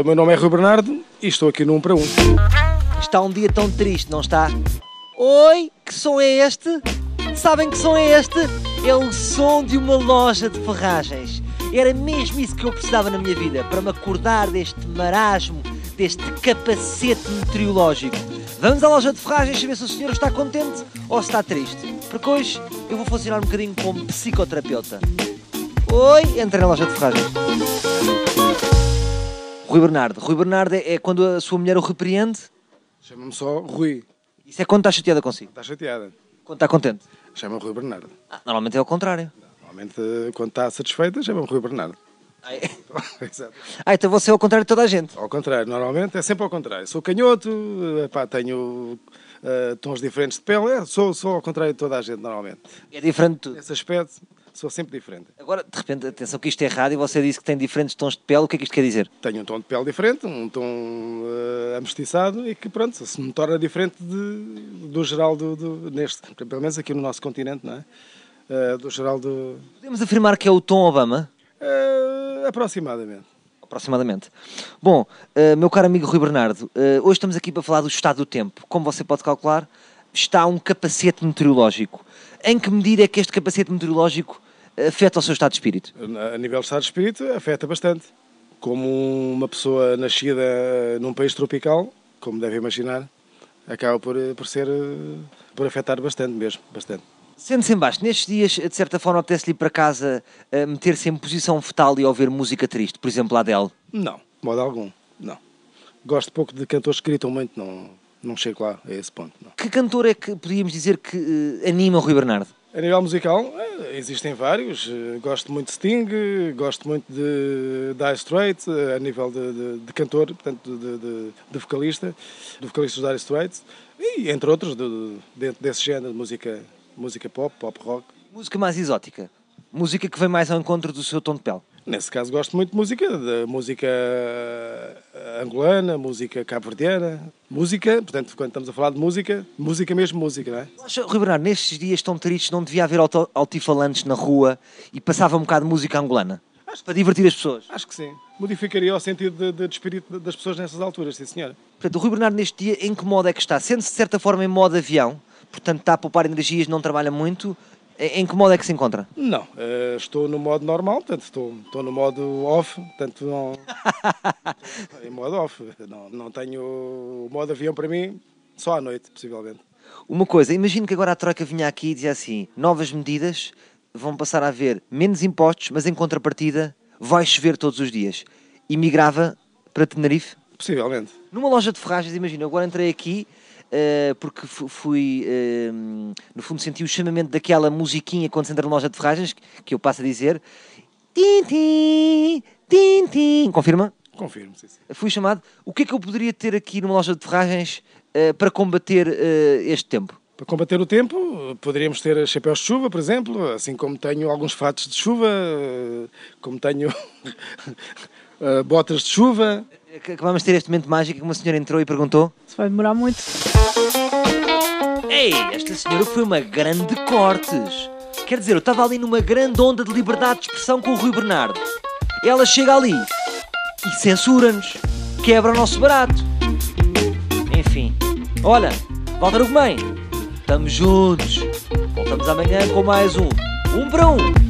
o meu nome é Rui Bernardo e estou aqui no 1 para 1. Está um dia tão triste, não está? Oi, que som é este? Sabem que som é este? É o som de uma loja de ferragens. Era mesmo isso que eu precisava na minha vida para me acordar deste marasmo, deste capacete meteorológico. Vamos à loja de ferragens saber se o senhor está contente ou se está triste. Porque hoje eu vou funcionar um bocadinho como psicoterapeuta. Oi, entrei na loja de ferragens. Rui Bernardo. Rui Bernardo é é quando a sua mulher o repreende. Chama-me só Rui. Isso é quando está chateada consigo. Está chateada. Quando está contente. Chama-me Rui Bernardo. Ah, normalmente é ao contrário. Normalmente, eh, quando está satisfeita, chama-me Rui Bernardo. Ah, é- Exato. Ah, então você é ao contrário de toda a gente. Ao contrário, normalmente é sempre ao contrário. Sou canhoto, eh, pá, tenho eh, tons diferentes de pele, É, sou, sou ao contrário de toda a gente, normalmente. É diferente de tudo. Nesse aspecto, sou sempre diferente. Agora, de repente, atenção que isto é errado e você disse que tem diferentes tons de pele. O que é que isto quer dizer? Tenho um tom de pele diferente, um tom eh, amestiçado e que, pronto, se me torna diferente de- do geral do, do- neste, pelo menos aqui no nosso continente, não é? Eh, do geral do... Podemos afirmar que é o Tom Obama, eh, aproximadamente. aproximadamente. Bom, eh, meu caro amigo Rui Bernardo, eh, hoje estamos aqui para falar do estado do tempo. Como você pode calcular, está um capacete meteorológico. Em que medida é que este capacete meteorológico eh, afeta o seu estado de espírito? A nível de estado de espírito, afeta bastante. Como uma pessoa nascida num país tropical, como deve imaginar, acaba por, por ser... eh, por afetar bastante mesmo, bastante. Sendo-se em baixo, nestes dias, de certa forma, apetece-lhe ir para casa eh, meter-se em posição fetal e ouvir música triste, por exemplo, Adele. Não, de modo algum, não. Gosto pouco de cantores que gritam muito, não, não chego lá a esse ponto, não. Que cantor é que podíamos dizer que eh, anima o Rui Bernardo? A nível musical, eh, existem vários. Eh, Gosto muito de Sting, eh, gosto muito de Dire Straits, eh, a nível de, de- de cantor, portanto, de, de- de vocalista, de vocalistas de Dire Straits, e entre outros, do- do- dentro desse género de música, música pop, pop rock. Música mais exótica. Música que vem mais ao encontro do seu tom de pele. Nesse caso, gosto muito de música, de música eh, angolana, música cabo-verdiana, música, portanto, quando estamos a falar de música, música mesmo, música, não é? Acha, Rui Bernardo, nestes dias tão tristes não devia haver alto- altifalantes na rua e passava um bocado de música angolana? Acho para divertir as pessoas. Acho que sim. Modificaria o sentido de- de, de espírito das pessoas nessas alturas, sim, senhora. Portanto, o Rui Bernardo neste dia em que modo é que está? Sendo-se de certa forma em modo avião, portanto está a poupar energias, não trabalha muito, em em que modo é que se encontra? Não, eh, estou no modo normal, portanto, estou, estou no modo off, portanto, não. em modo off. Não, não tenho. O modo avião para mim, só à noite, possivelmente. Uma coisa, imagino que agora a Troika vinha aqui e dizia assim: novas medidas vão passar a haver menos impostos, mas em contrapartida vai chover todos os dias. E migrava para Tenerife. Possivelmente. Numa loja de ferragens, imagina, eu agora entrei aqui eh, porque fu- fui, eh, no fundo, senti o chamamento daquela musiquinha quando se entra numa loja de ferragens, que- que eu passo a dizer: Tintim, Tintim. Confirma? Confirmo, sim, sim. Fui chamado. O que é que eu poderia ter aqui numa loja de ferragens eh, para combater eh, este tempo? Para combater o tempo, poderíamos ter chapéus de chuva, por exemplo, assim como tenho alguns fatos de chuva, eh, como tenho eh, botas de chuva. Ac- Acabamos de é ter este momento mágico em que uma senhora entrou e perguntou: Isso vai demorar muito. Ei, esta senhora foi uma grande cortes. Quer dizer, eu estava ali numa grande onda de liberdade de expressão com o Rui Bernardo. Ela chega ali e censura-nos, quebra o nosso barato. Enfim, olha, Walter Gomem, estamos juntos. Voltamos amanhã com mais um. Um para um.